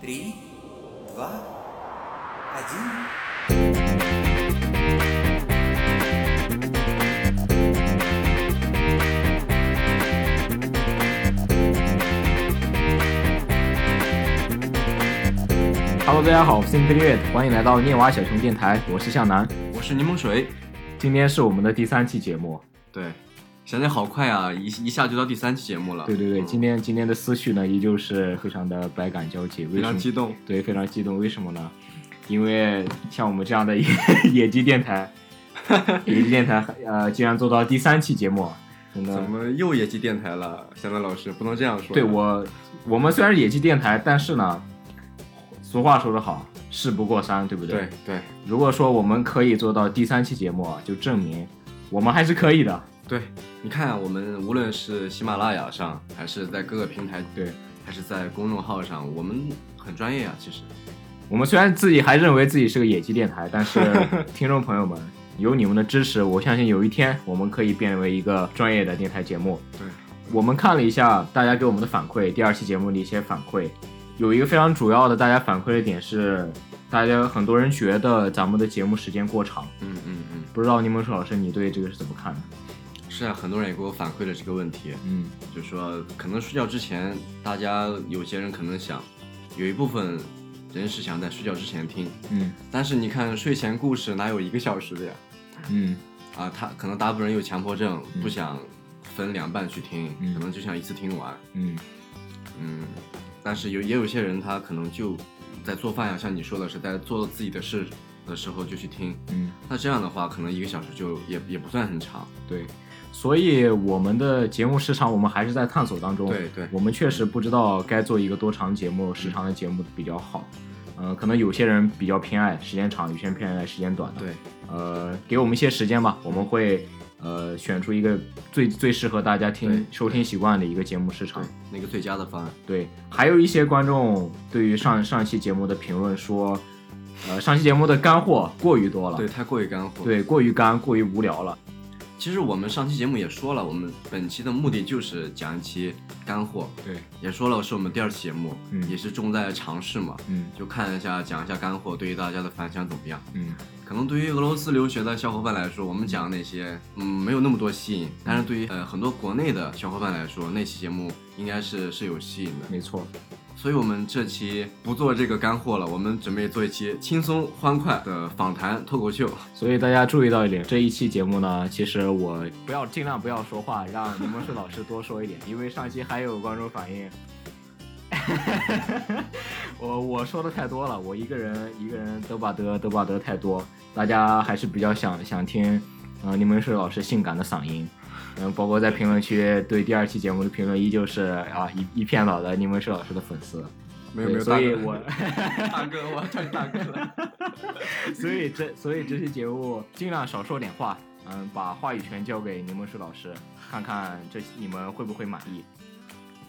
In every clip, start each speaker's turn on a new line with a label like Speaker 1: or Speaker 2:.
Speaker 1: Три, два, один.
Speaker 2: Hello，大家好，我是飞月，欢迎来到念蛙小熊电台，我是向南。
Speaker 3: 我是柠檬水。
Speaker 2: 今天是我们的第三期节目，
Speaker 3: 对，想想好快啊，一一下就到第三期节目了。
Speaker 2: 对对对，
Speaker 3: 嗯
Speaker 2: 今天今天的思绪呢，依旧是非常的百感交集，为
Speaker 3: 非
Speaker 2: 什
Speaker 3: 常
Speaker 2: 么？
Speaker 3: 激动。
Speaker 2: 对，非常激动，为什么呢？因为像我们这样的野 野鸡电 台，野鸡电台呃，竟然做到第三期节目，真
Speaker 3: 怎
Speaker 2: 的。
Speaker 3: 么又野鸡电台了？香南老师不能这样
Speaker 2: 嗯
Speaker 3: 说。
Speaker 2: 对我，我们虽然是野鸡电台，但是呢，俗话说得好，事不过三，对不
Speaker 3: 对对
Speaker 2: 如果说我们可以做到第三期节目啊，就证明我们还是可以的。
Speaker 3: 对，你看啊我们无论是喜马拉雅上，还是在各个平台，
Speaker 2: 对，
Speaker 3: 还是在公众号上，我们很专业啊。其实，
Speaker 2: 我们虽然自己还认为自己是个野鸡电台，但 是听众朋友们，有你们的支持，我相信有一天我们可以变为一个专业的电台节目。
Speaker 3: 对，
Speaker 2: 我们看了一下大家给我们的反馈，第二期节目的一些反馈，有一个非常主要的大家反馈的点是，大家很多人觉得咱们的节目时间过长，
Speaker 3: 嗯嗯嗯，
Speaker 2: 不知道柠檬树老师你对这个是怎么看的？
Speaker 3: 是啊，很多人也给我反馈了这个问题。
Speaker 2: 嗯，
Speaker 3: 就说可能睡觉之前，大家有些人可能想，有一部分人是想在睡觉之前听，
Speaker 2: 嗯
Speaker 3: 但是你看睡前故事哪有一个小时的呀？
Speaker 2: 嗯
Speaker 3: 啊，他可能大部分人有强迫症，
Speaker 2: 嗯
Speaker 3: 不想分两半去听，
Speaker 2: 嗯
Speaker 3: 可能就想一次听完。
Speaker 2: 嗯
Speaker 3: 嗯，但是有也有些人他可能就在做饭呀，像你说的是在做自己的事的时候就去听，
Speaker 2: 嗯，
Speaker 3: 那这样的话可能一个小时就也也不算很长。
Speaker 2: 对，所以我们的节目时长我们还是在探索当中。
Speaker 3: 对对
Speaker 2: 我们确实不知道该做一个多长节目、时长的节目比较好。呃，可能有些人比较偏爱时间长，有些人偏爱时间短的。，
Speaker 3: 对，
Speaker 2: 呃，给我们一些时间吧，我们会呃选出一个最最适合大家听
Speaker 3: 对
Speaker 2: 收听习惯的一个节目时长
Speaker 3: 对。，那个最佳的方案。
Speaker 2: 对，还有一些观众对于上上期节目的评论说，呃，上期节目的干货过于多了，
Speaker 3: 对，太过于干货。，
Speaker 2: 对，过于干，过于无聊了。
Speaker 3: 其实我们上期节目也说了，我们本期的目的就是讲一期干货，
Speaker 2: 对，
Speaker 3: 也说了是我们第二期节目，
Speaker 2: 嗯
Speaker 3: 也是重在尝试嘛，
Speaker 2: 嗯
Speaker 3: 就看一下讲一下干货对于大家的反响怎么样。
Speaker 2: 嗯。
Speaker 3: 可能对于俄罗斯留学的小伙伴来说，我们讲那些嗯没有那么多吸引，但是对于呃很多国内的小伙伴来说，那期节目应该是是有吸引的。
Speaker 2: 没错，
Speaker 3: 所以我们这期不做这个干货了，我们准备做一期轻松欢快的访谈脱口秀。
Speaker 2: 所以大家注意到一点，这一期节目呢，其实我不要尽量不要说话，让柠檬树老师多说一点，因为上期还有观众反映， 我我说的太多了，我一个人一个人嘚吧嘚嘚吧嘚太多，大家还是比较想想听，呃，柠檬树老师性感的嗓音。嗯，包括在评论区对第二期节目的评论，依旧是啊一一片倒的柠檬树老师的粉丝，
Speaker 3: 没有
Speaker 2: 对
Speaker 3: 没有，
Speaker 2: 所以
Speaker 3: 大哥
Speaker 2: 我
Speaker 3: 大哥， 我要叫你大哥了。
Speaker 2: 所以这所以这期节目尽量少说点话，嗯，把话语权交给柠檬树老师，看看这你们会不会满意？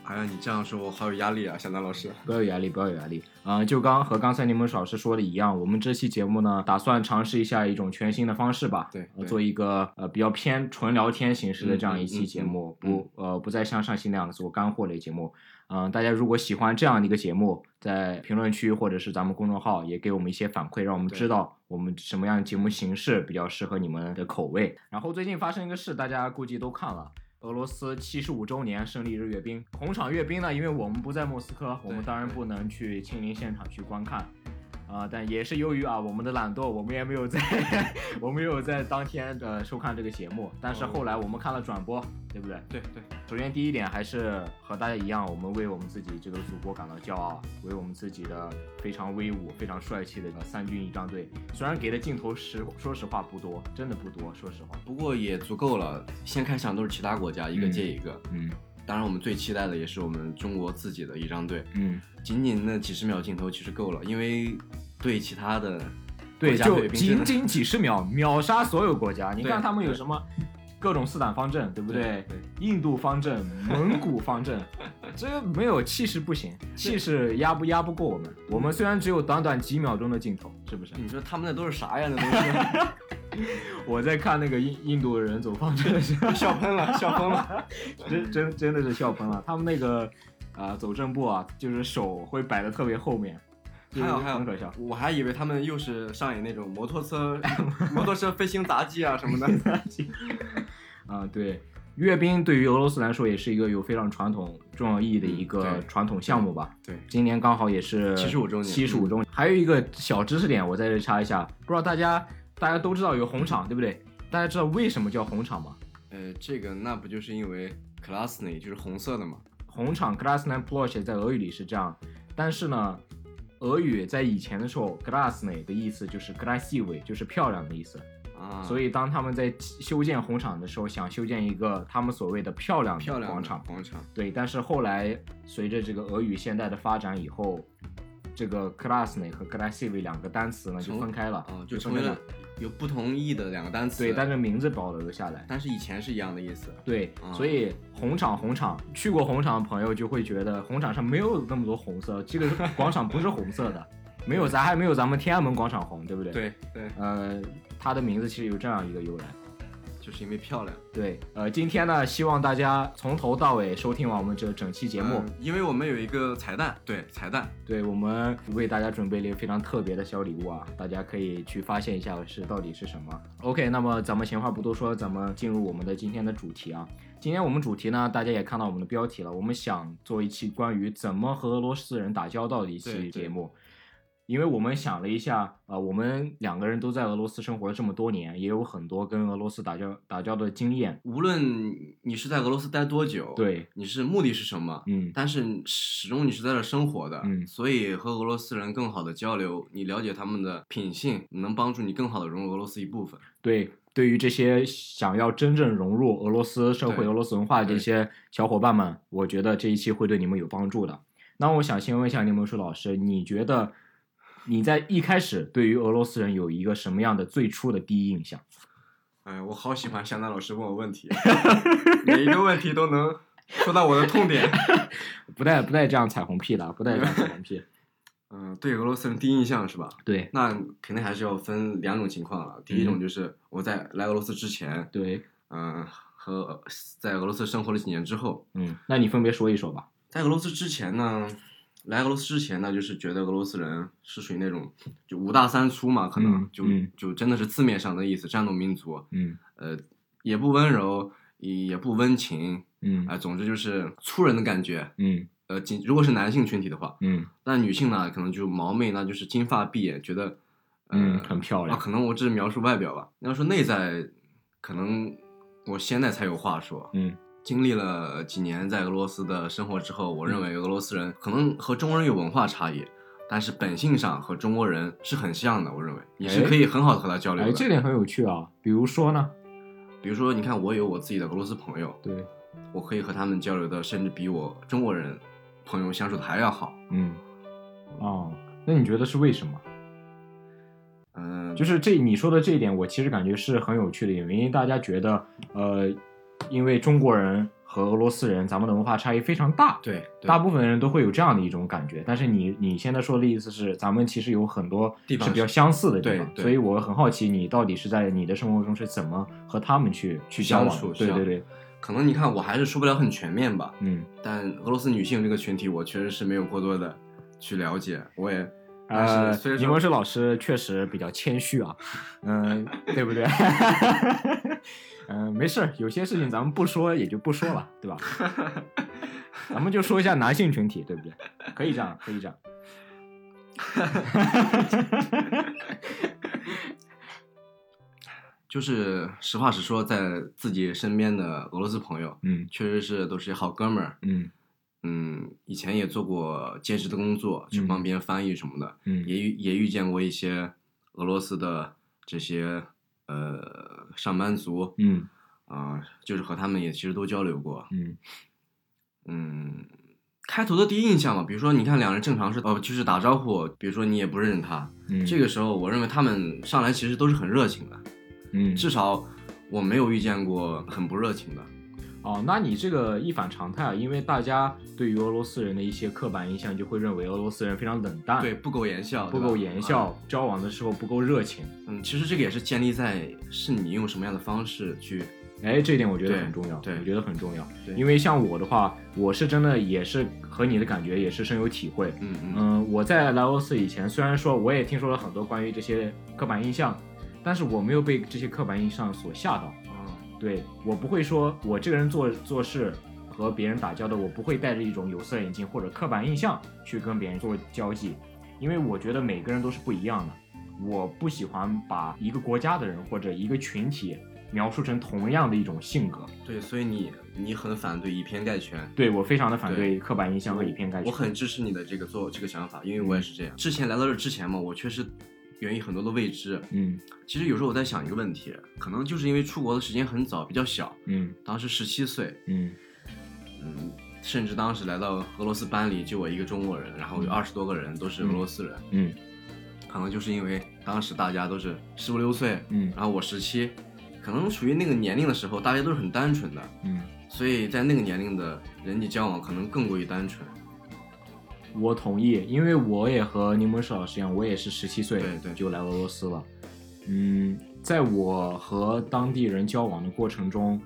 Speaker 3: 哎呀，你这样说我好有压力啊，小南老师。
Speaker 2: 不要有压力，不要有压力。嗯，就刚和刚才柠檬树老师说的一样，我们这期节目呢，打算尝试一下一种全新的方式吧。
Speaker 3: 对
Speaker 2: 呃
Speaker 3: 对嗯
Speaker 2: 做一个呃比较偏纯聊天形式的这样一期节目，
Speaker 3: 嗯嗯嗯
Speaker 2: 不呃不再像上期那样做干货类节目。嗯、大家如果喜欢这样的一个节目，在评论区或者是咱们公众号也给我们一些反馈，让我们
Speaker 3: 对
Speaker 2: 知道我们什么样的节目形式比较适合你们的口味。然后最近发生一个事，大家估计都看了。俄罗斯七十五周年胜利日阅兵，红场阅兵呢？因为我们不在莫斯科，我们
Speaker 3: 对
Speaker 2: 当然
Speaker 3: 对
Speaker 2: 不能去亲临现场去观看，啊、但也是由于啊我们的懒惰，我们也没有在， 我们没有在当天的收看这个节目。但是后来我们看了转播，对不对？
Speaker 3: 对对，
Speaker 2: 首先第一点还是和大家一样，我们为我们自己这个祖国感到骄傲，为我们自己的非常威武、非常帅气的呃三军仪仗队，虽然给的镜头实说实话不多，真的不多，说实话，
Speaker 3: 不过也足够了。先开场都是其他国家，一个
Speaker 2: 嗯
Speaker 3: 接一个。
Speaker 2: 嗯
Speaker 3: 当然，我们最期待的也是我们中国自己的一张队。
Speaker 2: 嗯。
Speaker 3: 仅仅那几十秒镜头其实够了，因为对其他的
Speaker 2: 对，
Speaker 3: 国家
Speaker 2: 就
Speaker 3: 队
Speaker 2: 仅
Speaker 3: 并不是
Speaker 2: 仅几十秒秒杀所有国家。你
Speaker 3: 对
Speaker 2: 看他们有
Speaker 3: 对
Speaker 2: 什么各种斯坦方阵，对不对？
Speaker 3: 对
Speaker 2: 印度方阵、蒙古方阵，这个没有气势不行，气势压不压不过我们。我们虽然只有短短几秒钟的镜头，是不是？
Speaker 3: 你说他们那都是啥呀？那 都
Speaker 2: 我在看那个印印度人走方阵的时候，
Speaker 3: 是笑喷了，笑喷了。
Speaker 2: 真真真的是笑喷了。他们那个呃走正步啊，就是手会摆的特别后面，就
Speaker 3: 还
Speaker 2: 是
Speaker 3: 有嗯还
Speaker 2: 很可
Speaker 3: 有
Speaker 2: 笑，。
Speaker 3: 我还以为他们又是上演那种摩托车、 摩托车飞行杂技啊什么的。
Speaker 2: 啊、对，阅兵对于俄罗斯来说也是一个有非常传统重要意义的一个
Speaker 3: 嗯对
Speaker 2: 传统项目吧。
Speaker 3: 对，
Speaker 2: 今年刚好也是
Speaker 3: 75周年
Speaker 2: 七十五周年。还有一个小知识点，我在这插一下，不知道大家大家都知道有红场，对不对？大家知道为什么叫红场吗？
Speaker 3: 呃，这个那不就是因为 Klasny 就是红色的嘛？
Speaker 2: 红场 Krasny Ploshch 在俄语里是这样，但是呢，俄语在以前的时候，Krasny 的意思就是 красивый，就是漂亮的意思。
Speaker 3: 啊，
Speaker 2: 所以当他们在修建红场的时候，想修建一个他们所谓的漂亮
Speaker 3: 漂
Speaker 2: 的
Speaker 3: 亮的
Speaker 2: 广场，
Speaker 3: 广场。
Speaker 2: 对，但是后来随着这个俄语现代的发展以后，这个 krasny 和 krasiv 两个单词呢就
Speaker 3: 成
Speaker 2: 分开了，
Speaker 3: 啊、
Speaker 2: 分
Speaker 3: 就成
Speaker 2: 为
Speaker 3: 为
Speaker 2: 两
Speaker 3: 了有不同意的两个单词。
Speaker 2: 对，但是名字保留下来。
Speaker 3: 但是以前是一样的意思。
Speaker 2: 对，
Speaker 3: 啊
Speaker 2: 所以红场红场去过红场的朋友就会觉得红场上没有那么多红色，这个广场不是红色的，没有咱还没有咱们天安门广场红，对不对？，
Speaker 3: 对对，
Speaker 2: 呃，它的名字其实有这样一个由来。
Speaker 3: 就是因为漂亮。
Speaker 2: 对，呃，今天呢，希望大家从头到尾收听完我们这整期节目。
Speaker 3: 嗯因为我们有一个彩蛋，对彩蛋，
Speaker 2: 对我们为大家准备了一个非常特别的小礼物啊，大家可以去发现一下是到底是什么。OK，那么咱们闲话不多说，咱们进入我们的今天的主题啊。今天我们主题呢，大家也看到我们的标题了，我们想做一期关于怎么和俄罗斯人打交道的一期
Speaker 3: 对对
Speaker 2: 节目。因为我们想了一下，啊、我们两个人都在俄罗斯生活了这么多年，也有很多跟俄罗斯打交打交道的经验。
Speaker 3: 无论你是在俄罗斯待多久，，
Speaker 2: 对，
Speaker 3: 你是目的是什么，
Speaker 2: 嗯，
Speaker 3: 但是始终你是在这生活的，
Speaker 2: 嗯
Speaker 3: 所以和俄罗斯人更好的交流，你了解他们的品性，能帮助你更好的融入俄罗斯一部分。
Speaker 2: 对，对于这些想要真正融入俄罗斯社会、
Speaker 3: 对
Speaker 2: 俄罗斯文化的这
Speaker 3: 对
Speaker 2: 些小伙伴们，我觉得这一期会对你们有帮助的。那我想先问一下柠檬树老师，你觉得你在一开始对于俄罗斯人有一个什么样的最初的第一印象？
Speaker 3: 哎，我好喜欢香丹老师问我问 题，每一个问题都能说到我的痛 点。
Speaker 2: 不带不带这样彩虹屁的，不带这样彩虹屁。
Speaker 3: 嗯，对俄罗斯人第一印象是吧？
Speaker 2: 对
Speaker 3: 那肯定还是要分两种情况了。第一
Speaker 2: 嗯
Speaker 3: 种就是我在来俄罗斯之前，
Speaker 2: 对，
Speaker 3: 嗯、和在俄罗斯生活了几年之后，
Speaker 2: 嗯，那你分别说一说吧。
Speaker 3: 在俄罗斯之前呢，来俄罗斯之前呢，就是觉得俄罗斯人是属于那种就五大三粗嘛，可能、
Speaker 2: 嗯
Speaker 3: 就、
Speaker 2: 嗯
Speaker 3: 就真的是字面上的意思，战斗民族，
Speaker 2: 嗯
Speaker 3: 呃，也不温柔，也不温情，
Speaker 2: 嗯
Speaker 3: 啊、总之就是粗人的感觉。
Speaker 2: 嗯
Speaker 3: 呃，仅如果是男性群体的话，
Speaker 2: 嗯
Speaker 3: 那女性呢，可能就毛妹呢，就是金发碧眼，觉得，
Speaker 2: 嗯，
Speaker 3: 呃、
Speaker 2: 很漂
Speaker 3: 啊，
Speaker 2: 亮。
Speaker 3: 可能我只是描述外表吧。要说内在，可能我现在才有话说。
Speaker 2: 嗯
Speaker 3: 经历了几年在俄罗斯的生活之后，我
Speaker 2: 嗯
Speaker 3: 认为俄罗斯人可能和中国人有文化差异，但是本性上和中国人是很像的。我认为也是可以很好的和他交流
Speaker 2: 哎，这
Speaker 3: 的。
Speaker 2: 点很有趣啊。比如说呢？
Speaker 3: 比如说，你看我有我自己的俄罗斯朋友，
Speaker 2: 对，
Speaker 3: 我可以和他们交流的，甚至比我中国人朋友相处的还要好。
Speaker 2: 嗯，哦，那你觉得是为什么？
Speaker 3: 嗯、
Speaker 2: 就是这你说的这一点，我其实感觉是很有趣的一点，因为大家觉得，呃，因为中国人和俄罗斯人，咱们的文化差异非常大，
Speaker 3: 对，对
Speaker 2: 大部分人都会有这样的一种感觉。但是你你现在说的意思是，咱们其实有很多
Speaker 3: 地方
Speaker 2: 是比较相似的地方，
Speaker 3: 对对
Speaker 2: 所以我很好奇，你到底是在你的生活中是怎么和他们去去交往
Speaker 3: 相处
Speaker 2: 的？对
Speaker 3: 相
Speaker 2: 对
Speaker 3: 处
Speaker 2: 对，
Speaker 3: 可能你看我还是说不了很全面吧。
Speaker 2: 嗯，
Speaker 3: 但俄罗斯女性这个群体，我确实是没有过多的去了解，我也，但
Speaker 2: 呃
Speaker 3: 是虽，然
Speaker 2: 柠
Speaker 3: 说
Speaker 2: 檬树老师确实比较谦虚啊，嗯、对 不对？嗯、没事儿，有些事情咱们不说也就不说了，对吧？咱们就说一下男性群体，对不对？可以这样，可以这样。
Speaker 3: 就是实话实说，在自己身边的俄罗斯朋友，
Speaker 2: 嗯
Speaker 3: 确实是都是些好哥们儿。
Speaker 2: 嗯
Speaker 3: 嗯，以前也做过兼职的工作，去
Speaker 2: 嗯
Speaker 3: 帮别人翻译什么的，
Speaker 2: 嗯
Speaker 3: 也遇也遇见过一些俄罗斯的这些呃上班族，
Speaker 2: 嗯
Speaker 3: 啊、就是和他们也其实都交流过。
Speaker 2: 嗯
Speaker 3: 嗯，开头的第一印象嘛，比如说你看两人正常是哦，就是打招呼，比如说你也不认识他，
Speaker 2: 嗯，
Speaker 3: 这个时候我认为他们上来其实都是很热情的，
Speaker 2: 嗯
Speaker 3: 至少我没有遇见过很不热情的。
Speaker 2: 哦，那你这个一反常态啊，因为大家对于俄罗斯人的一些刻板印象，就会认为俄罗斯人非常冷淡，
Speaker 3: 对，，不苟言笑，
Speaker 2: 不
Speaker 3: 对吧啊
Speaker 2: 苟言笑，交往的时候不够热情。
Speaker 3: 嗯，其实这个也是建立在是你用什么样的方式去
Speaker 2: 哎，这一点我觉得很
Speaker 3: 对
Speaker 2: 重要，
Speaker 3: 对
Speaker 2: 我觉得很重要
Speaker 3: 对，
Speaker 2: 因为像我的话，我是真的也是和你的感觉也是深有体会。
Speaker 3: 嗯嗯
Speaker 2: 嗯，我在来欧斯以前，虽然说我也听说了很多关于这些刻板印象，但是我没有被这些刻板印象所吓到。
Speaker 3: 嗯
Speaker 2: 对我不会说我这个人做做事和别人打交道，我不会带着一种有色眼镜或者刻板印象去跟别人做交际，因为我觉得每个人都是不一样的。我不喜欢把一个国家的人或者一个群体描述成同样的一种性格。
Speaker 3: 对，所以你你很反对以偏概全。
Speaker 2: 对我非常的反对刻板印象和以偏概
Speaker 3: 我
Speaker 2: 全。
Speaker 3: 很支持你的这个做这个想法，因为我也是这样。之前来到这之前嘛，我确实源于很多的未知。
Speaker 2: 嗯
Speaker 3: 其实有时候我在想一个问题，可能就是因为出国的时间很早，比较小，
Speaker 2: 嗯
Speaker 3: 当时十七岁，
Speaker 2: 嗯
Speaker 3: 嗯，甚至当时来到俄罗斯班里就我一个中国人，然后有二十多个人都是俄罗斯人，
Speaker 2: 嗯
Speaker 3: 可能就是因为当时大家都是十五六岁，
Speaker 2: 嗯
Speaker 3: 然后我十七，可能属于那个年龄的时候，大家都是很单纯的，
Speaker 2: 嗯，
Speaker 3: 所以在那个年龄的人际交往可能更过于单纯。
Speaker 2: 我同意，因为我也和柠檬石老师一样，我也是十七岁
Speaker 3: 对对
Speaker 2: 就来俄罗斯了。嗯，在我和当地人交往的过程中，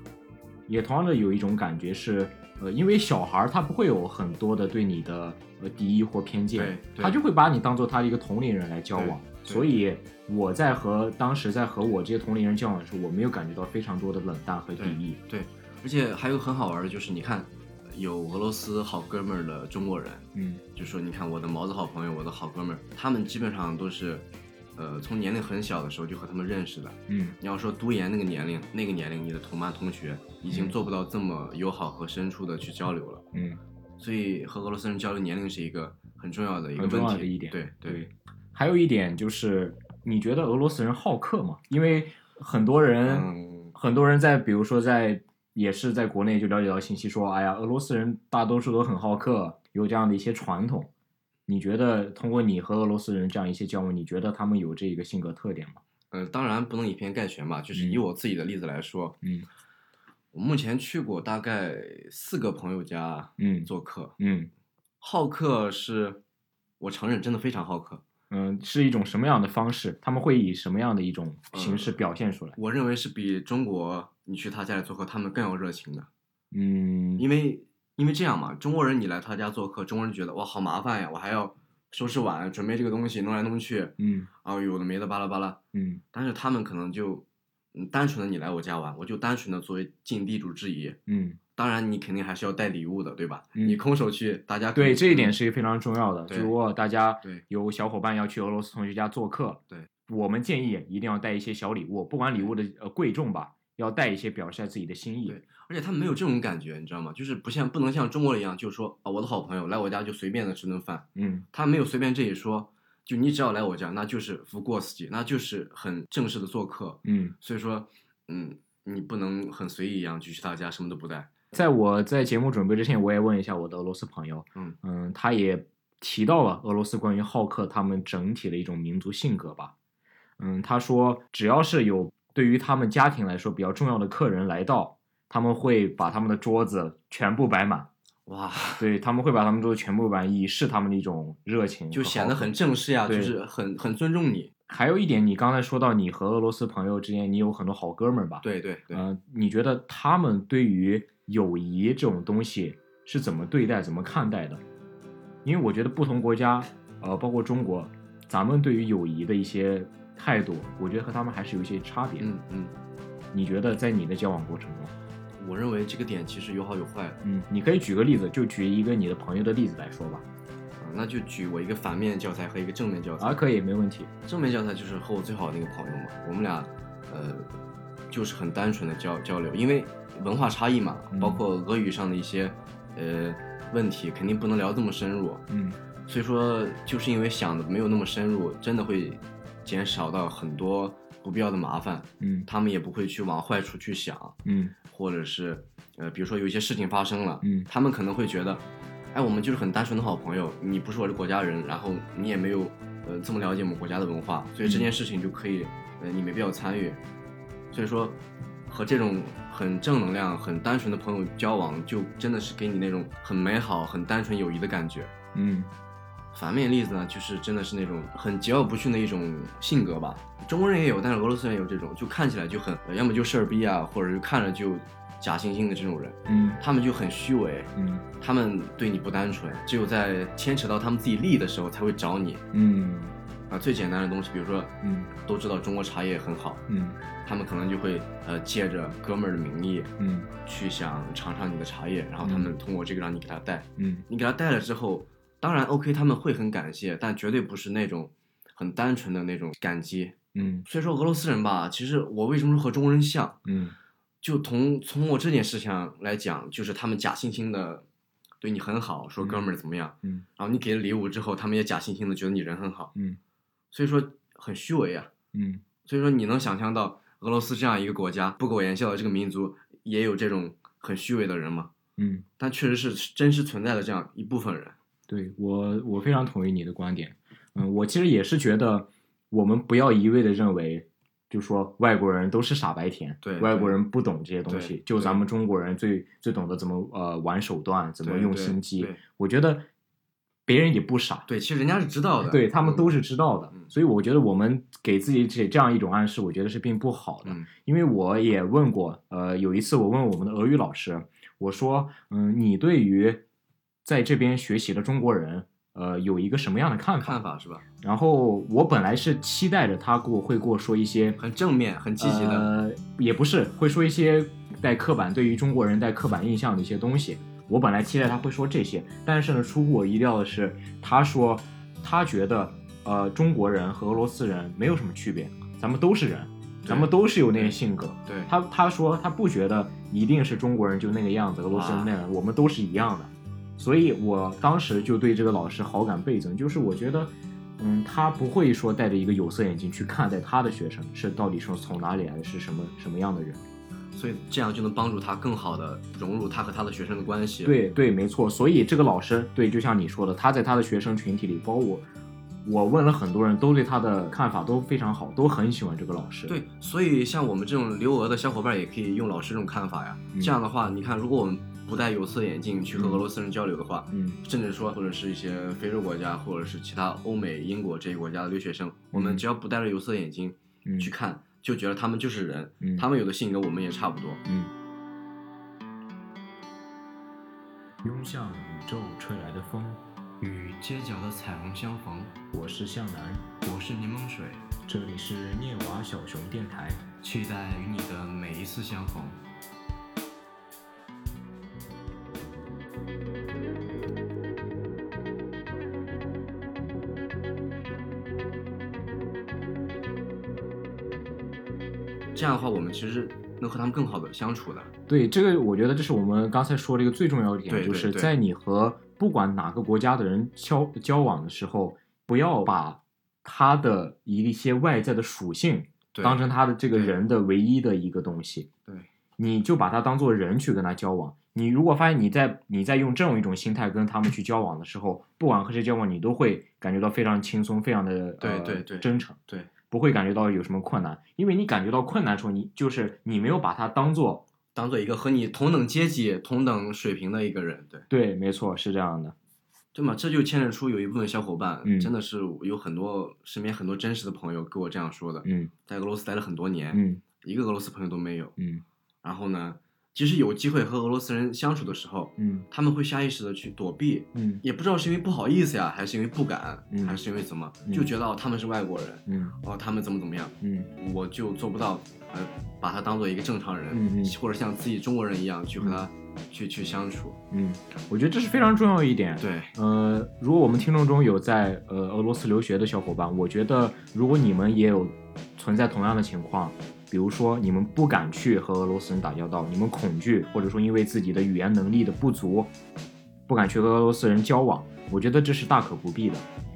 Speaker 2: 也同样的有一种感觉是，呃，因为小孩儿他不会有很多的对你的呃敌意或偏见
Speaker 3: 对，对
Speaker 2: 他就会把你当做他的一个同龄人来交往。
Speaker 3: 对对
Speaker 2: 所以我在和当时在和我这些同龄人交往的时候，我没有感觉到非常多的冷淡和敌意。
Speaker 3: 对，而且还有很好玩的就是，你看有俄罗斯好哥们儿的中国人，
Speaker 2: 嗯
Speaker 3: 就说你看我的毛子好朋友，我的好哥们儿，他们基本上都是，呃，从年龄很小的时候就和他们认识的。
Speaker 2: 嗯
Speaker 3: 你要说读研那个年龄，那个年龄你的同班同学已经
Speaker 2: 嗯
Speaker 3: 做不到这么友好和深处的去交流了，
Speaker 2: 嗯，
Speaker 3: 所以和俄罗斯人交流年龄是一个很重要的一个
Speaker 2: 很重
Speaker 3: 问
Speaker 2: 要
Speaker 3: 题
Speaker 2: 的一点。
Speaker 3: 对对，
Speaker 2: 还有一点就是，你觉得俄罗斯人好客吗？因为很多人，
Speaker 3: 嗯，
Speaker 2: 很多人在，比如说在，也是在国内就了解到信息说，哎呀，俄罗斯人大多数都很好客，有这样的一些传统。你觉得通过你和俄罗斯人这样一些交往，你觉得他们有这个性格特点吗？
Speaker 3: 呃，当然不能以偏概全吧，就是
Speaker 2: 嗯
Speaker 3: 以我自己的例子来说，
Speaker 2: 嗯
Speaker 3: 我目前去过大概四个朋友家
Speaker 2: 嗯
Speaker 3: 做客，
Speaker 2: 嗯
Speaker 3: 好客是，我承认真的非常好客，
Speaker 2: 嗯，是一种什么样的方式？他们会以什么样的一种形
Speaker 3: 嗯
Speaker 2: 式表现出来？
Speaker 3: 我认为是比中国你去他家里做客，他们更有热情的，
Speaker 2: 嗯
Speaker 3: 因为因为这样嘛，中国人你来他家做客，中国人觉得哇好麻烦呀，我还要收拾碗，准备这个东西，弄来弄去，
Speaker 2: 嗯
Speaker 3: 啊有的没的巴拉巴拉，
Speaker 2: 嗯
Speaker 3: 但是他们可能就，嗯单纯的你来我家玩，我就单纯的作为尽地主之谊。
Speaker 2: 嗯，
Speaker 3: 当然，你肯定还是要带礼物的，对吧？
Speaker 2: 嗯
Speaker 3: 你空手去，大家可
Speaker 2: 对
Speaker 3: 能嗯
Speaker 2: 这一点是非常重要的。
Speaker 3: 对
Speaker 2: 如果大家
Speaker 3: 对
Speaker 2: 有小伙伴要去俄罗斯同学家做客，
Speaker 3: 对，
Speaker 2: 我们建议一定要带一些小礼物，不管礼物的呃贵重吧，要带一些表示下自己的心意
Speaker 3: 对。而且他们没有这种感觉，你知道吗？就是不像不能像中国人一样，就说啊、我的好朋友来我家就随便的吃顿饭，
Speaker 2: 嗯
Speaker 3: 他没有随便这一说，就你只要来我家，那就是不过自己，那就是很正式的做客。
Speaker 2: 嗯，
Speaker 3: 所以说，嗯，你不能很随意一样就去他家什么都不带。
Speaker 2: 在我在节目准备之前，我也问一下我的俄罗斯朋友，
Speaker 3: 嗯
Speaker 2: 嗯，他也提到了俄罗斯关于好客他们整体的一种民族性格吧。嗯，他说只要是有对于他们家庭来说比较重要的客人来到，他们会把他们的桌子全部摆满。
Speaker 3: 哇，
Speaker 2: 对他们会把他们桌子全部完，以示他们的一种热情，
Speaker 3: 就显得很。正式呀，
Speaker 2: 对
Speaker 3: 就是很很尊重你。
Speaker 2: 还有一点，你刚才说到你和俄罗斯朋友之间，你有很多好哥们儿吧？，
Speaker 3: 对对对，
Speaker 2: 呃，你觉得他们对于友谊这种东西是怎么对待、怎么看待的？因为我觉得不同国家，呃，包括中国，咱们对于友谊的一些态度，我觉得和他们还是有一些差别。
Speaker 3: 嗯嗯，
Speaker 2: 你觉得在你的交往过程中，
Speaker 3: 我认为这个点其实有好有坏的。
Speaker 2: 嗯，你可以举个例子，就举一个你的朋友的例子来说吧。
Speaker 3: 啊，那就举我一个反面教材和一个正面教材。
Speaker 2: 啊，可以，没问题。
Speaker 3: 正面教材就是和我最好的那个朋友嘛，我们俩，呃，就是很单纯的交交流，因为文化差异嘛，
Speaker 2: 嗯
Speaker 3: 包括俄语上的一些呃问题，肯定不能聊这么深入。
Speaker 2: 嗯
Speaker 3: 所以说，就是因为想的没有那么深入，真的会减少到很多不必要的麻烦。
Speaker 2: 嗯
Speaker 3: 他们也不会去往坏处去想，
Speaker 2: 嗯
Speaker 3: 或者是呃，比如说有一些事情发生了，
Speaker 2: 嗯
Speaker 3: 他们可能会觉得，哎，我们就是很单纯的好朋友，你不是我的国家人，然后你也没有呃这么了解我们国家的文化，所以这件事情就可以，呃，你没必要参与。所以说，和这种很正能量、很单纯的朋友交往，就真的是给你那种很美好、很单纯友谊的感觉。
Speaker 2: 嗯，
Speaker 3: 反面例子呢，就是真的是那种很桀骜不驯的一种性格吧。中国人也有，但是俄罗斯人有这种，就看起来就很，呃要么就事儿逼啊，或者就看着就假惺惺的这种人，
Speaker 2: 嗯
Speaker 3: 他们就很虚伪，
Speaker 2: 嗯
Speaker 3: 他们对你不单纯，只有在牵扯到他们自己利益的时候才会找你
Speaker 2: 嗯
Speaker 3: 啊。最简单的东西，比如说，
Speaker 2: 嗯
Speaker 3: 都知道中国茶叶很好，
Speaker 2: 嗯
Speaker 3: 他们可能就会呃借着哥们儿的名义
Speaker 2: 嗯
Speaker 3: 去想尝尝你的茶叶，然后他们通过这个让你给他带，
Speaker 2: 嗯
Speaker 3: 你给他带了之后，当然 OK 他们会很感谢，但绝对不是那种很单纯的那种感激。
Speaker 2: 嗯
Speaker 3: 所以说俄罗斯人吧，其实我为什么说和中国人像，
Speaker 2: 嗯
Speaker 3: 就从从我这件事情来讲，就是他们假惺惺的对你很好，说哥们儿怎么样，
Speaker 2: 嗯
Speaker 3: 然后你给了礼物之后，他们也假惺惺的觉得你人很好，
Speaker 2: 嗯
Speaker 3: 所以说很虚伪啊。
Speaker 2: 嗯
Speaker 3: 所以说你能想象到俄罗斯这样一个国家，不苟言笑的这个民族，也有这种很虚伪的人吗？
Speaker 2: 嗯，
Speaker 3: 但确实是真实存在的这样一部分人。
Speaker 2: 对我我非常同意你的观点。嗯，我其实也是觉得，我们不要一味的认为，就说外国人都是傻白甜，
Speaker 3: 对
Speaker 2: 外
Speaker 3: 对
Speaker 2: 国人不懂这些东
Speaker 3: 对
Speaker 2: 西，就咱们中国人最最懂得怎么呃玩手段，怎么
Speaker 3: 对
Speaker 2: 用
Speaker 3: 对
Speaker 2: 心机
Speaker 3: 对。
Speaker 2: 我觉得别人也不傻，
Speaker 3: 对，其实人家是知道 的，
Speaker 2: 对他们都
Speaker 3: 是，
Speaker 2: 是知道的
Speaker 3: 嗯，
Speaker 2: 所以我觉得我们给自己这这样一种暗示，我觉得是并不好的。
Speaker 3: 嗯
Speaker 2: 因为我也问过，呃，有一次我问我们的俄语老师，我说，嗯，你对于在这边学习的中国人，呃，有一个什么样的看法？
Speaker 3: 看法是吧？
Speaker 2: 然后我本来是期待着他给我会给我说一些
Speaker 3: 很正面，很积极的，
Speaker 2: 呃，也不是会说一些带刻板对于中国人带刻板印象的一些东西。我本来期待他会说这些，但是呢，出乎我意料的是，他说他觉得呃中国人和俄罗斯人没有什么区别，咱们都是人，咱们都是有那些性格。
Speaker 3: 对，
Speaker 2: 他他说他不觉得一定是中国人就那个样子，俄罗斯人那
Speaker 3: 啊
Speaker 2: 样，我们都是一样的。所以我当时就对这个老师好感倍增，就是我觉得，嗯，他不会说戴着一个有色眼镜去看待他的学生是到底是从哪里来的，是什么什么样的人。
Speaker 3: 所以这样就能帮助他更好的融入他和他的学生的关系。，
Speaker 2: 对对，没错。所以这个老师，对，就像你说的，他在他的学生群体里，包括我，我问了很多人，都对他的看法都非常好，都很喜欢这个老师。
Speaker 3: 对，所以像我们这种留俄的小伙伴也可以用老师这种看法呀。
Speaker 2: 嗯
Speaker 3: 这样的话，你看，如果我们不戴有色眼镜去和俄罗斯人交流的话，
Speaker 2: 嗯，
Speaker 3: 甚至说或者是一些非洲国家或者是其他欧美、英国这些国家的留学生，我们只要不戴着有色眼镜
Speaker 2: 嗯
Speaker 3: 去看，就觉得他们就是人，
Speaker 2: 嗯
Speaker 3: 他们有的性格我们也差不多。
Speaker 2: 嗯。拥向宇宙吹来的风，
Speaker 3: 与街角的彩虹相逢，
Speaker 2: 我是向南，
Speaker 3: 我是柠檬水，
Speaker 2: 这里是涅瓦小熊电台。
Speaker 3: 期待与你的每一次相逢。这样的话，我们其实能和他们更好的相处的。
Speaker 2: 对，这个我觉得这是我们刚才说的一个最重要的点，
Speaker 3: 对
Speaker 2: 就是
Speaker 3: 对对
Speaker 2: 在你和不管哪个国家的人交交往的时候，不要把他的一些外在的属性
Speaker 3: 对
Speaker 2: 当成他的这个
Speaker 3: 对
Speaker 2: 人的唯一的一个东西。
Speaker 3: 对，
Speaker 2: 你就把他当做人去跟他交往。你如果发现你在你在用这种一种心态跟他们去交往的时候，不管和谁交往，你都会感觉到非常轻松，非常的
Speaker 3: 对
Speaker 2: 呃
Speaker 3: 对对
Speaker 2: 真诚，
Speaker 3: 对，
Speaker 2: 不会感觉到有什么困难，因为你感觉到困难的时候，你就是你没有把它当做
Speaker 3: 当做一个和你同等阶级、同等水平的一个人，对
Speaker 2: 对，没错，是这样的。
Speaker 3: 对嘛？这就牵扯出有一部分小伙伴，
Speaker 2: 嗯
Speaker 3: 真的是有很多身边很多真实的朋友跟我这样说的，
Speaker 2: 嗯
Speaker 3: 在俄罗斯待了很多年，
Speaker 2: 嗯
Speaker 3: 一个俄罗斯朋友都没有。
Speaker 2: 嗯
Speaker 3: 然后呢，即使有机会和俄罗斯人相处的时候，
Speaker 2: 嗯
Speaker 3: 他们会下意识的去躲避，
Speaker 2: 嗯
Speaker 3: 也不知道是因为不好意思呀，还是因为不敢，
Speaker 2: 嗯
Speaker 3: 还是因为什么，
Speaker 2: 嗯
Speaker 3: 就觉得哦他们是外国人，
Speaker 2: 嗯
Speaker 3: 哦他们怎么怎么样，
Speaker 2: 嗯
Speaker 3: 我就做不到，呃，把他当做一个正常人，
Speaker 2: 嗯嗯
Speaker 3: 或者像自己中国人一样去和他、去去相处。
Speaker 2: 嗯，我觉得这是非常重要的一点。
Speaker 3: 对，
Speaker 2: 呃，如果我们听众中有在呃俄罗斯留学的小伙伴，我觉得如果你们也有存在同样的情况，比如说你们不敢去和俄罗斯人打交道，你们恐惧，或者说因为自己的语言能力的不足，不敢去和俄罗斯人交往，我觉得这是大可不必的，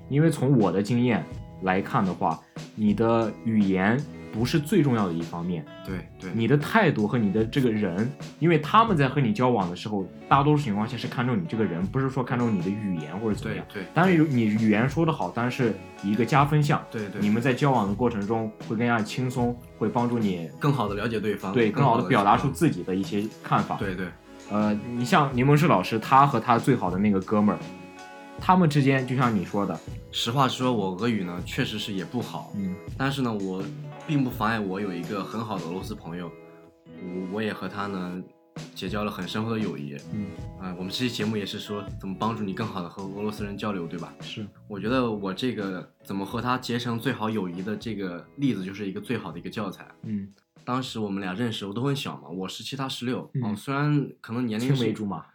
Speaker 2: 因为从我的经验来看的话，你的语言不是最重要的一方面，
Speaker 3: 对，对，
Speaker 2: 你的态度和你的这个人，因为他们在和你交往的时候，大多数情况下是看重你这个人，不是说看重你的语言或者怎么
Speaker 3: 对
Speaker 2: 样。
Speaker 3: 对
Speaker 2: 当然，你语言说得好，当然是一个加分项。
Speaker 3: 对对，
Speaker 2: 你们在交往的过程中会更加轻松，会帮助你
Speaker 3: 更好的了解对方，
Speaker 2: 对更好
Speaker 3: 好
Speaker 2: 的
Speaker 3: 地
Speaker 2: 表达出自己的一些看法。，
Speaker 3: 对对
Speaker 2: 呃，你像柠檬师老师，他和他最好的那个哥们儿，他们之间就像你说的，
Speaker 3: 实话实说，我俄语呢确实是也不好，
Speaker 2: 嗯
Speaker 3: 但是呢，我并不妨碍我有一个很好的俄罗斯朋友，我我也和他呢结交了很深厚的友谊。
Speaker 2: 嗯，
Speaker 3: 啊、我们这期节目也是说怎么帮助你更好的和俄罗斯人交流，对吧？
Speaker 2: 是，
Speaker 3: 我觉得我这个怎么和他结成最好友谊的这个例子，就是一个最好的一个教材。
Speaker 2: 嗯，
Speaker 3: 当时我们俩认识，我都很小嘛，我十七，他十六、
Speaker 2: 嗯
Speaker 3: 哦，虽然可能年龄
Speaker 2: 青
Speaker 3: 是
Speaker 2: 梅竹马，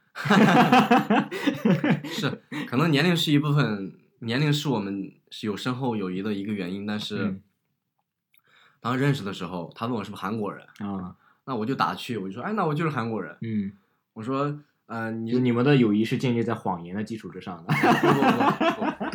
Speaker 3: 是，可能年龄是一部分，年龄是我们是有深厚友谊的一个原因。但是
Speaker 2: 嗯，
Speaker 3: 当时认识的时候，他问我是不是韩国人，
Speaker 2: 啊，
Speaker 3: 那我就打趣，我就说，哎，那我就是韩国人。
Speaker 2: 嗯，
Speaker 3: 我说，呃，你
Speaker 2: 就你们的友谊是建立在谎言的基础之上的，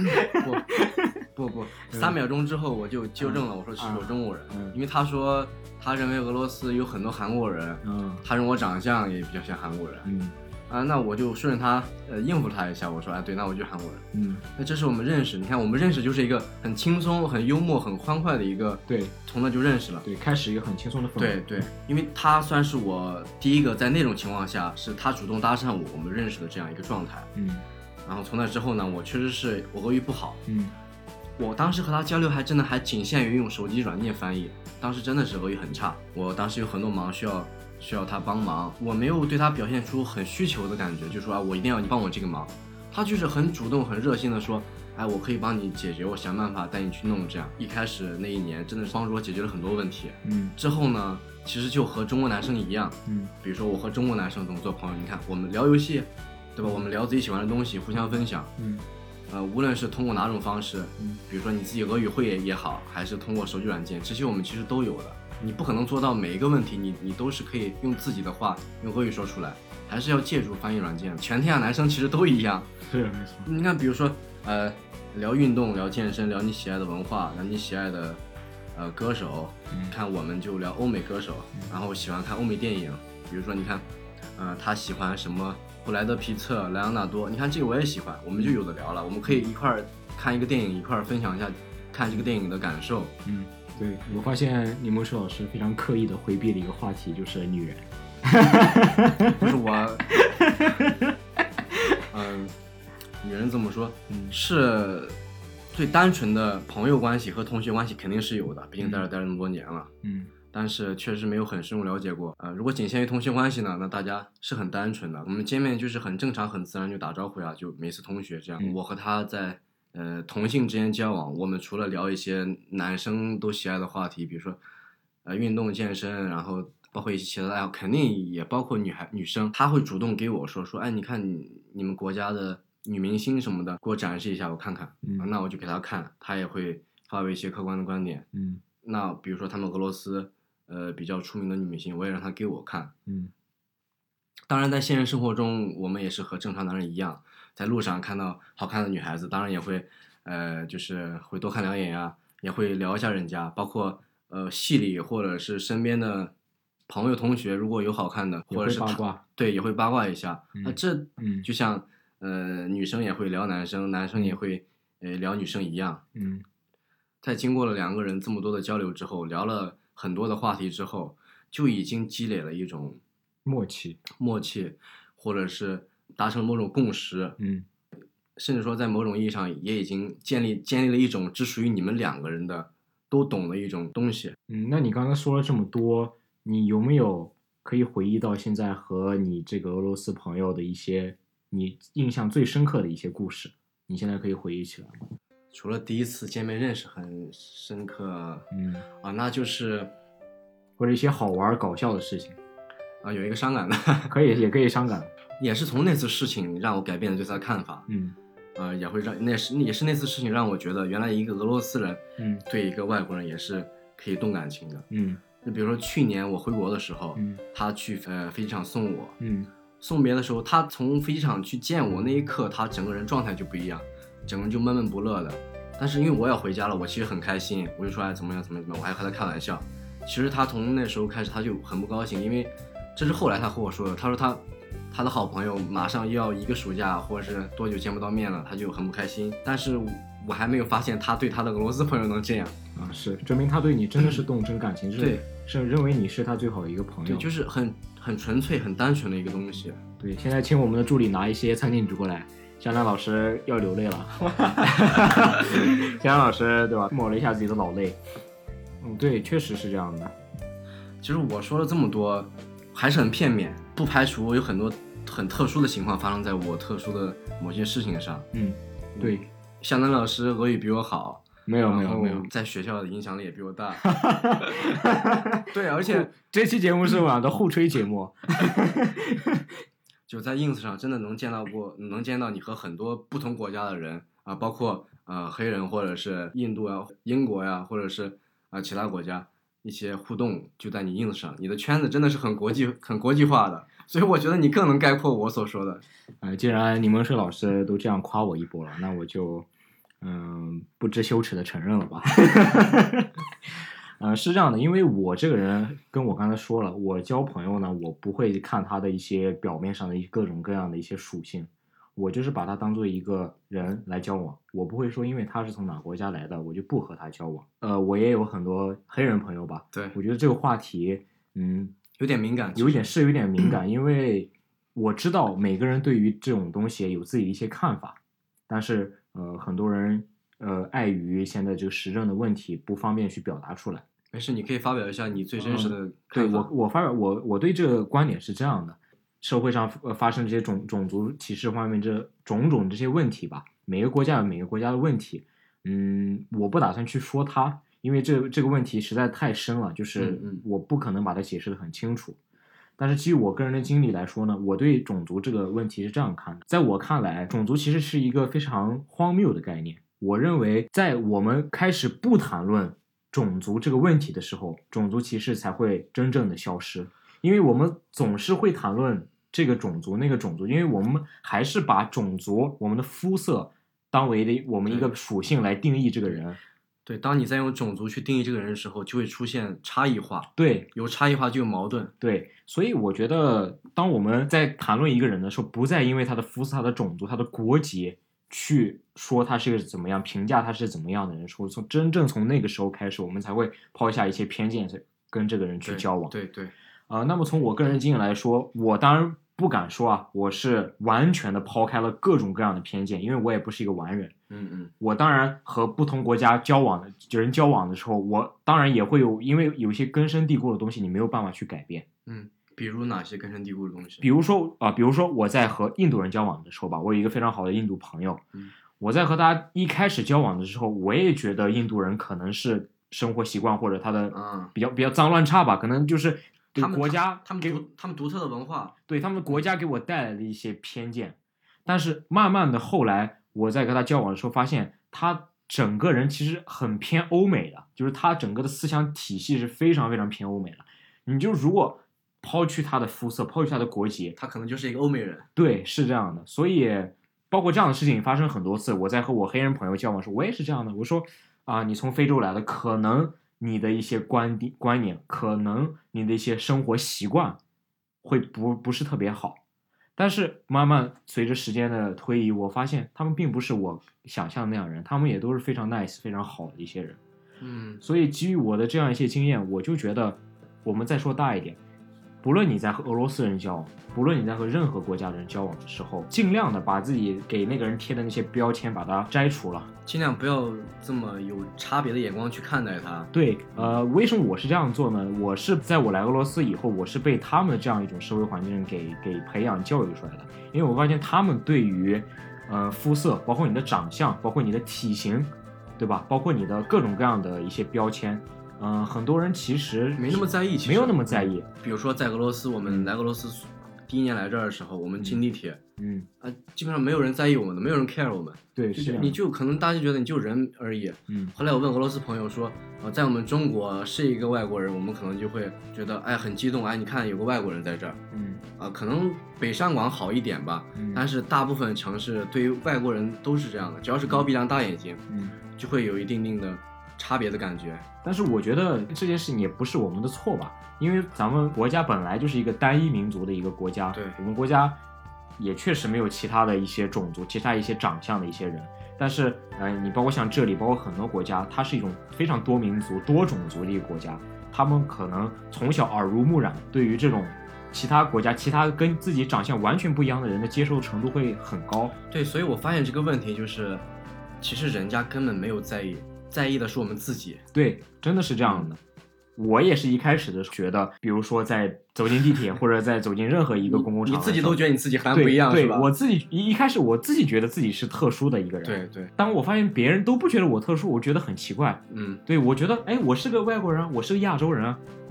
Speaker 3: 不不不不不不不，
Speaker 2: 嗯
Speaker 3: 三秒钟之后我就纠正了，我说是
Speaker 2: 嗯
Speaker 3: 我中国人，
Speaker 2: 嗯
Speaker 3: 因为他说他认为俄罗斯有很多韩国人，
Speaker 2: 嗯
Speaker 3: 他认为我长相也比较像韩国人
Speaker 2: 嗯
Speaker 3: 啊，那我就顺着他呃应付他一下，我说，哎，对，那我就是韩国人。
Speaker 2: 嗯，
Speaker 3: 那这是我们认识，你看我们认识就是一个很轻松、很幽默、很欢快的一个，
Speaker 2: 对
Speaker 3: 从那就认识了。
Speaker 2: 对，开始一个很轻松的氛
Speaker 3: 对
Speaker 2: 围，
Speaker 3: 对，因为他算是我第一个在那种情况下是他主动搭讪我，我们认识的这样一个状态。
Speaker 2: 嗯
Speaker 3: 然后从那之后呢，我确实是我俄语不好，
Speaker 2: 嗯
Speaker 3: 我当时和他交流还真的还仅限于用手机软件翻译，当时真的是俄语很差，我当时有很多忙需要需要他帮忙，我没有对他表现出很需求的感觉，就说啊我一定要你帮我这个忙，他就是很主动很热心的说，哎我可以帮你解决，我想办法带你去弄这样。一开始那一年真的是帮助我解决了很多问题，
Speaker 2: 嗯
Speaker 3: 之后呢，其实就和中国男生一样，
Speaker 2: 嗯
Speaker 3: 比如说我和中国男生怎么做朋友，你看我们聊游戏，对吧？我们聊自己喜欢的东西，互相分享。
Speaker 2: 嗯
Speaker 3: 呃，无论是通过哪种方式，
Speaker 2: 嗯
Speaker 3: 比如说你自己俄语会也也好，还是通过手机软件，这些我们其实都有的。你不可能做到每一个问题，你你都是可以用自己的话用俄语说出来，还是要借助翻译软件。全天下男生其实都一样。
Speaker 2: 是没错，
Speaker 3: 你看，比如说，呃，聊运动、聊健身、聊你喜爱的文化、聊你喜爱的呃歌手，
Speaker 2: 嗯
Speaker 3: 看我们就聊欧美歌手
Speaker 2: 嗯，
Speaker 3: 然后喜欢看欧美电影，比如说你看，呃，他喜欢什么布莱德皮特、莱昂纳多，你看这个我也喜欢，我们就有的聊了，我们可以一块儿看一个电影，一块儿分享一下看这个电影的感受。
Speaker 2: 嗯，对我发现柠檬树老师非常刻意的回避了一个话题，就是女人，
Speaker 3: 不是我，嗯、女人怎么说？
Speaker 2: 嗯
Speaker 3: 是最单纯的朋友关系和同学关系肯定是有的，毕竟在这儿待了那么多年了。
Speaker 2: 嗯
Speaker 3: 但是确实没有很深入了解过。呃，如果仅限于同学关系呢，那大家是很单纯的，我们见面就是很正常、很自然就打招呼呀、就每次同学这样。
Speaker 2: 嗯
Speaker 3: 我和他在呃同性之间交往，我们除了聊一些男生都喜爱的话题，比如说呃运动、健身，然后。包括一些其他的爱好，肯定也包括女孩女生，她会主动给我说说，哎，你看你你们国家的女明星什么的，给我展示一下，我看看。
Speaker 2: 嗯
Speaker 3: 啊那我就给她看，她也会发表一些客观的观点。
Speaker 2: 嗯
Speaker 3: 那比如说他们俄罗斯呃比较出名的女明星，我也让她给我看。
Speaker 2: 嗯
Speaker 3: 当然，在现实生活中，我们也是和正常男人一样，在路上看到好看的女孩子，当然也会呃就是会多看两眼呀、也会聊一下人家，包括呃系里或者是身边的朋友同学，如果有好看的，
Speaker 2: 也
Speaker 3: 或者
Speaker 2: 会
Speaker 3: 是
Speaker 2: 八
Speaker 3: 他
Speaker 2: 卦
Speaker 3: 对也会八卦一下。那、
Speaker 2: 嗯
Speaker 3: 这
Speaker 2: 嗯
Speaker 3: 就像呃女生也会聊男生，男生也
Speaker 2: 嗯
Speaker 3: 会呃聊女生一样。
Speaker 2: 嗯
Speaker 3: 在经过了两个人这么多的交流之后，聊了很多的话题之后，就已经积累了一种
Speaker 2: 默契，
Speaker 3: 默契，或者是达成某种共识，
Speaker 2: 嗯
Speaker 3: 甚至说在某种意义上也已经建立建立了一种只属于你们两个人的都懂的一种东西。
Speaker 2: 嗯，那你刚才说了这么多，你有没有可以回忆到现在和你这个俄罗斯朋友的一些你印象最深刻的一些故事？你现在可以回忆起来吗？
Speaker 3: 除了第一次见面认识很深刻啊，
Speaker 2: 嗯，
Speaker 3: 那就是
Speaker 2: 或者一些好玩儿搞笑的事情，
Speaker 3: 啊有一个伤感的，
Speaker 2: 可以也可以伤感。
Speaker 3: 也是从那次事情让我改变了对他的看法，
Speaker 2: 嗯
Speaker 3: 呃，也会让那是也是那次事情让我觉得原来一个俄罗斯人
Speaker 2: 嗯
Speaker 3: 对一个外国人也是可以动感情的。
Speaker 2: 嗯
Speaker 3: 就比如说去年我回国的时候，
Speaker 2: 嗯
Speaker 3: 他去呃飞机场送我，
Speaker 2: 嗯
Speaker 3: 送别的时候，他从飞机场去见我那一刻，他整个人状态就不一样，整个人就闷闷不乐的。但是因为我要回家了，我其实很开心，我就说哎怎么样怎么样怎么样，我还和他开玩笑。其实他从那时候开始他就很不高兴，因为这是后来他和我说的，他说他他的好朋友马上要一个暑假或者是多久见不到面了，他就很不开心。但是我还没有发现他对他的俄罗斯朋友能这样。
Speaker 2: 啊，是证明他对你真的是 动真感情，是
Speaker 3: 对
Speaker 2: 是认为你是他最好的一个朋友。
Speaker 3: 对，就是很很纯粹、很单纯的一个东西。
Speaker 2: 对，现在请我们的助理拿一些餐巾纸过来，江南老师要流泪 了， 江南老师对吧？抹了一下自己的老泪。嗯，对，确实是这样的。
Speaker 3: 其实我说了这么多，还是很片面，不排除有很多很特殊的情况发生在我特殊的某些事情上。
Speaker 2: 嗯，对，
Speaker 3: 夏楠老师俄语比我好，
Speaker 2: 没有没有没
Speaker 3: 然
Speaker 2: 有
Speaker 3: 后。在学校的影响力也比我 大。对，而且
Speaker 2: 这期节目是我俩的互吹节目，
Speaker 3: 就在 ins 上真的能见到过，能见到你和很多不同国家的人啊，包括呃黑人或者是印度啊、英国呀、或者是啊、其他国家一些互动，就在你 ins 上，你的圈子真的是很国际、很国际化的，所以我觉得你更能概括我所说的。
Speaker 2: 呃，既然柠檬水老师都这样夸我一波了，那我就嗯、不知羞耻的承认了吧。 呃，是这样的，因为我这个人跟我刚才说了，我交朋友呢，我不会看他的一些表面上的一各种各样的一些属性，我就是把他当做一个人来交往，我不会说因为他是从哪国家来的，我就不和他交往。呃，我也有很多黑人朋友吧，
Speaker 3: 对，
Speaker 2: 我觉得这个话题，嗯，
Speaker 3: 有点敏感，
Speaker 2: 有一点是有点敏
Speaker 3: 嗯
Speaker 2: 感，因为我知道每个人对于这种东西有自己的一些看法，但是呃，很多人呃碍于现在这个时政的问题，不方便去表达出来。
Speaker 3: 没事，你可以发表一下你最真实的
Speaker 2: 嗯对
Speaker 3: 看法。
Speaker 2: 我，我发表我我对这个观点是这样的：社会上呃发生这些种种族歧视方面这种种这些问题吧，每个国家有每个国家的问题。嗯，我不打算去说它，因为这这个问题实在太深了，就是
Speaker 3: 嗯嗯
Speaker 2: 我不可能把它解释的很清楚。但是基于我个人的经历来说呢，我对种族这个问题是这样看的：在我看来，种族其实是一个非常荒谬的概念。我认为，在我们开始不谈论种族这个问题的时候，种族歧视才会真正的消失。因为我们总是会谈论这个种族那个种族，因为我们还是把种族、我们的肤色当为的我们一个属性来定义这个人。
Speaker 3: 对，当你在用种族去定义这个人的时候，就会出现差异化，
Speaker 2: 对
Speaker 3: 有差异化就有矛盾。
Speaker 2: 对，所以我觉得，当我们在谈论一个人的时候，不再因为他的肤色、他的种族、他的国籍去说他是个怎么样，评价他是怎么样的人的时候，从真正从那个时候开始，我们才会抛下一些偏见，跟这个人去
Speaker 3: 对
Speaker 2: 交往。
Speaker 3: 对对，
Speaker 2: 啊、那么从我个人经验来说，我当然不敢说啊，我是完全的抛开了各种各样的偏见，因为我也不是一个完人。
Speaker 3: 嗯嗯，
Speaker 2: 我当然和不同国家交往的人交往的时候，我当然也会有，因为有一些根深蒂固的东西，你没有办法去改变。
Speaker 3: 比如哪些根深蒂固的东西？
Speaker 2: 比如说啊、比如说我在和印度人交往的时候吧，我有一个非常好的印度朋友，
Speaker 3: 嗯
Speaker 2: 我在和他一开始交往的时候，我也觉得印度人可能是生活习惯或者他的
Speaker 3: 啊，
Speaker 2: 比较比较脏乱差吧，可能就是对
Speaker 3: 他们
Speaker 2: 国家
Speaker 3: 他们
Speaker 2: 给
Speaker 3: 独他们独特的文化，
Speaker 2: 对他们国家给我带来的一些偏见。但是慢慢的，后来我在跟他交往的时候，发现他整个人其实很偏欧美的，就是他整个的思想体系是非常非常偏欧美的。你就如果抛去他的肤色，抛去他的国籍，
Speaker 3: 他可能就是一个欧美人。
Speaker 2: 对，是这样的。所以包括这样的事情发生很多次，我在和我黑人朋友交往的时候，我也是这样的。我说啊，你从非洲来的，可能你的一些观点、观念，可能你的一些生活习惯会不不是特别好。但是慢慢随着时间的推移，我发现他们并不是我想象的那样人，他们也都是非常 nice、非常好的一些人。
Speaker 3: 嗯，
Speaker 2: 所以基于我的这样一些经验，我就觉得，我们再说大一点，不论你在和俄罗斯人交往，不论你在和任何国家的人交往的时候，尽量的把自己给那个人贴的那些标签把它摘除了。
Speaker 3: 尽量不要这么有差别的眼光去看待他。
Speaker 2: 对，呃，为什么我是这样做呢？我是在我来俄罗斯以后，我是被他们这样一种社会环境给给培养教育出来的，因为我发现他们对于，呃，肤色，包括你的长相，包括你的体型，对吧？包括你的各种各样的一些标签，嗯、很多人其实
Speaker 3: 没那么在意，其实
Speaker 2: 没有那么在意。
Speaker 3: 比如说在俄罗斯，我们来俄罗斯第一年来这儿的时候，我们进地铁，
Speaker 2: 嗯，
Speaker 3: 啊，基本上没有人在意我们的，没有人 care 我们，
Speaker 2: 对，
Speaker 3: 就是
Speaker 2: 这样
Speaker 3: 你就可能大家就觉得你就人而已。
Speaker 2: 嗯
Speaker 3: 后来我问俄罗斯朋友说，呃，在我们中国是一个外国人，我们可能就会觉得，哎，很激动，哎，你看有个外国人在这儿，
Speaker 2: 嗯
Speaker 3: 啊，可能北上广好一点吧，
Speaker 2: 嗯，
Speaker 3: 但是大部分城市对于外国人都是这样的，只要是高鼻梁、大眼睛，
Speaker 2: 嗯，
Speaker 3: 就会有一定定的差别的感觉。
Speaker 2: 但是我觉得这件事情也不是我们的错吧，因为咱们国家本来就是一个单一民族的一个国家，
Speaker 3: 对
Speaker 2: 我们国家也确实没有其他的一些种族、其他一些长相的一些人。但是，呃，你包括像这里，包括很多国家，它是一种非常多民族、多种族的一个国家，他们可能从小耳濡目染，对于这种其他国家其他跟自己长相完全不一样的人的接受程度会很高。
Speaker 3: 对，所以我发现这个问题就是，其实人家根本没有在意，在意的是我们自己。
Speaker 2: 对，真的是这
Speaker 3: 嗯
Speaker 2: 样的。我也是一开始的时候觉得，比如说在走进地铁或者在走进任何一个公共场
Speaker 3: 你
Speaker 2: 合的时候，
Speaker 3: 自己都觉得你自己和他
Speaker 2: 对
Speaker 3: 不一样，
Speaker 2: 对
Speaker 3: 是吧？
Speaker 2: 我自己一一开始我自己觉得自己是特殊的一个人，
Speaker 3: 对。对，
Speaker 2: 当我发现别人都不觉得我特殊，我觉得很奇怪。
Speaker 3: 嗯，
Speaker 2: 对我觉得，哎，我是个外国人，我是个亚洲人，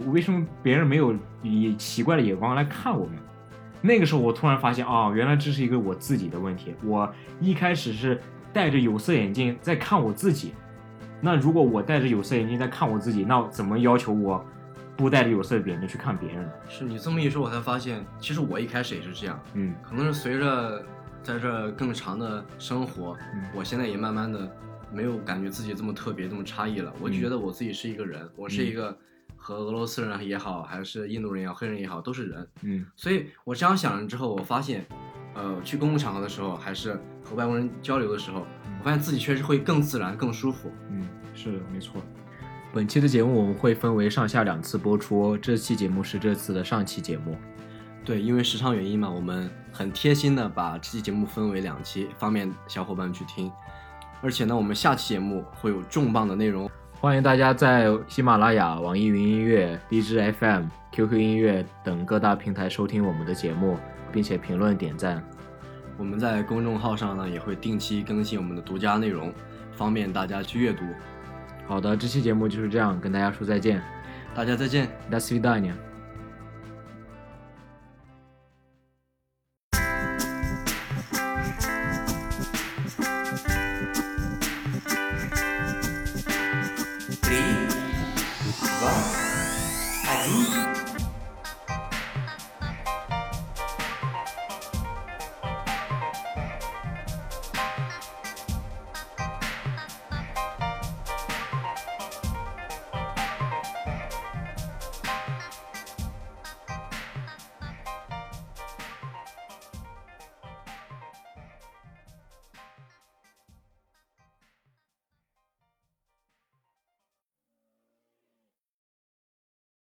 Speaker 2: 我为什么别人没有以奇怪的眼光来看我们？那个时候我突然发现，哦，原来这是一个我自己的问题。我一开始是戴着有色眼镜在看我自己，那如果我戴着有色眼镜在看我自己，那我怎么要求我不戴着有色眼镜去看别人呢？
Speaker 3: 是你这么一说，我才发现，其实我一开始也是这样，
Speaker 2: 嗯
Speaker 3: 可能是随着在这更长的生活，
Speaker 2: 嗯
Speaker 3: 我现在也慢慢的没有感觉自己这么特别、这么差异了。我就
Speaker 2: 嗯
Speaker 3: 觉得我自己是一个人，我是一个和俄罗斯人也好，还是印度人也好，黑人也好，都是人。
Speaker 2: 嗯
Speaker 3: 所以我这样想了之后，我发现，呃，去公共场合的时候，还是和外国人交流的时候，我发现自己确实会更自然、更舒服。
Speaker 2: 嗯，是没错。本期的节目我们会分为上下两次播出，这期节目是这次的上期节目。
Speaker 3: 对，因为时长原因嘛，我们很贴心的把这期节目分为两期，方便小伙伴去听。而且呢，我们下期节目会有重磅的内容。哦
Speaker 2: 欢迎大家在喜马拉雅、网易云音乐、荔枝 FM、QQ 音乐等各大平台收听我们的节目，并且评论点赞。
Speaker 3: 我们在公众号上呢，也会定期更新我们的独家内容，方便大家去阅读。
Speaker 2: 好的，这期节目就是这样，跟大家说再见。
Speaker 3: 大家再见。
Speaker 2: That's it, d a n i a